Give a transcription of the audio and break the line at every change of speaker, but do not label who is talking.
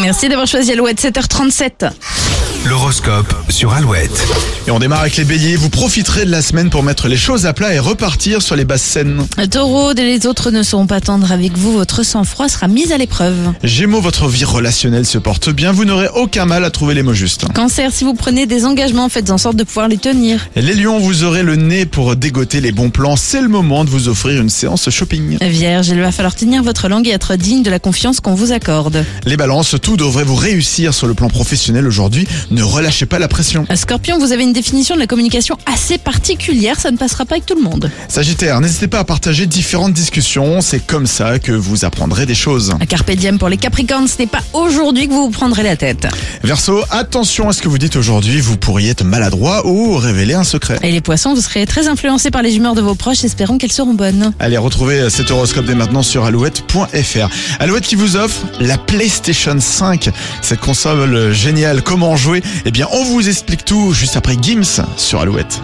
Merci d'avoir choisi Alouette 7h37.
L'horoscope sur Alouette.
Et on démarre avec les béliers. Vous profiterez de la semaine pour mettre les choses à plat et repartir sur les basses scènes.
Taureau, dès les autres ne seront pas tendres avec vous, votre sang-froid sera mis à l'épreuve.
Gémeaux, votre vie relationnelle se porte bien. Vous n'aurez aucun mal à trouver les mots justes.
Cancer, si vous prenez des engagements, faites en sorte de pouvoir les tenir.
Les lions, vous aurez le nez pour dégoter les bons plans. C'est le moment de vous offrir une séance shopping.
Vierge, il va falloir tenir votre langue et être digne de la confiance qu'on vous accorde.
Les balances, tout devrait vous réussir sur le plan professionnel aujourd'hui. Ne relâchez pas la pression.
Scorpion, vous avez une définition de la communication assez particulière, ça ne passera pas avec tout le monde.
Sagittaire, n'hésitez pas à partager différentes discussions. C'est comme ça que vous apprendrez des choses.
Un carpe diem pour les Capricornes, ce n'est pas aujourd'hui que vous vous prendrez la tête.
Verseau, attention à ce que vous dites aujourd'hui. Vous pourriez être maladroit ou révéler un secret.
Et les poissons, vous serez très influencés par les humeurs de vos proches, espérons qu'elles seront bonnes.
Allez, retrouvez euh, cet horoscope dès maintenant sur alouette.fr. Alouette qui vous offre la PlayStation 5. Cette console géniale, comment jouer Eh bien, on vous explique tout juste après Gims sur Alouette.